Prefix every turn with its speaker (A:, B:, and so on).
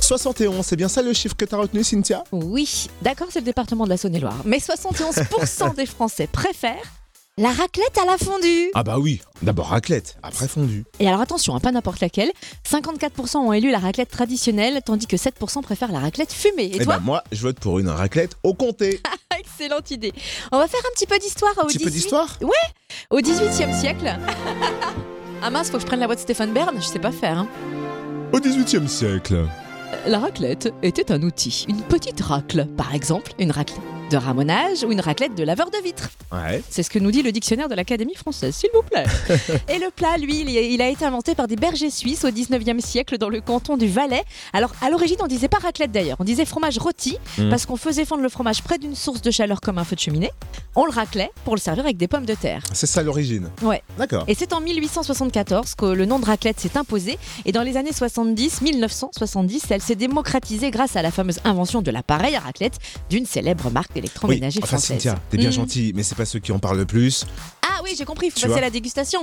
A: 71, c'est bien ça le chiffre que t'as retenu, Cynthia
B: Oui, d'accord, c'est le département de la Saône-et-Loire. Mais 71% des Français préfèrent la raclette à la fondue.
A: Ah bah oui, d'abord raclette, après fondue.
B: Et alors attention, hein, pas n'importe laquelle. 54% ont élu la raclette traditionnelle, tandis que 7% préfèrent la raclette fumée. Et,
A: Eh
B: toi
A: ben moi, je vote pour une raclette au comté.
B: Excellente idée. On va faire un petit peu d'histoire au,
A: Un petit peu
B: 18...
A: d'histoire
B: au 18e siècle. ah mince, faut que je prenne la voix de Stéphane Bern, je sais pas faire. hein.
A: Au 18e siècle.
B: La raclette était un outil, une petite racle, par exemple, une raclette de ramonage ou une raclette de laveur de vitres.
A: Ouais.
B: C'est ce que nous dit le dictionnaire de l'Académie française, s'il vous plaît. Et le plat, lui, il- il a été inventé par des bergers suisses au 19e siècle dans le canton du Valais. Alors, à l'origine, on disait pas raclette d'ailleurs, on disait fromage rôti
A: Mm.
B: parce qu'on faisait fondre le fromage près d'une source de chaleur comme un feu de cheminée. On le raclait pour le servir avec des pommes de terre.
A: C'est ça l'origine.
B: Ouais.
A: D'accord.
B: Et c'est en 1874 que le nom de raclette s'est imposé. Et dans les années 70, 1970, elle s'est démocratisée grâce à la fameuse invention de l'appareil à raclette d'une célèbre marque
A: Oui,
B: d'électroménager
A: enfin
B: française.
A: Cynthia, t'es bien
B: Mm.
A: gentil, mais c'est pas ceux qui en parlent le plus.
B: Ah oui, j'ai compris, il faut
A: Tu
B: passer
A: vois.
B: à la dégustation.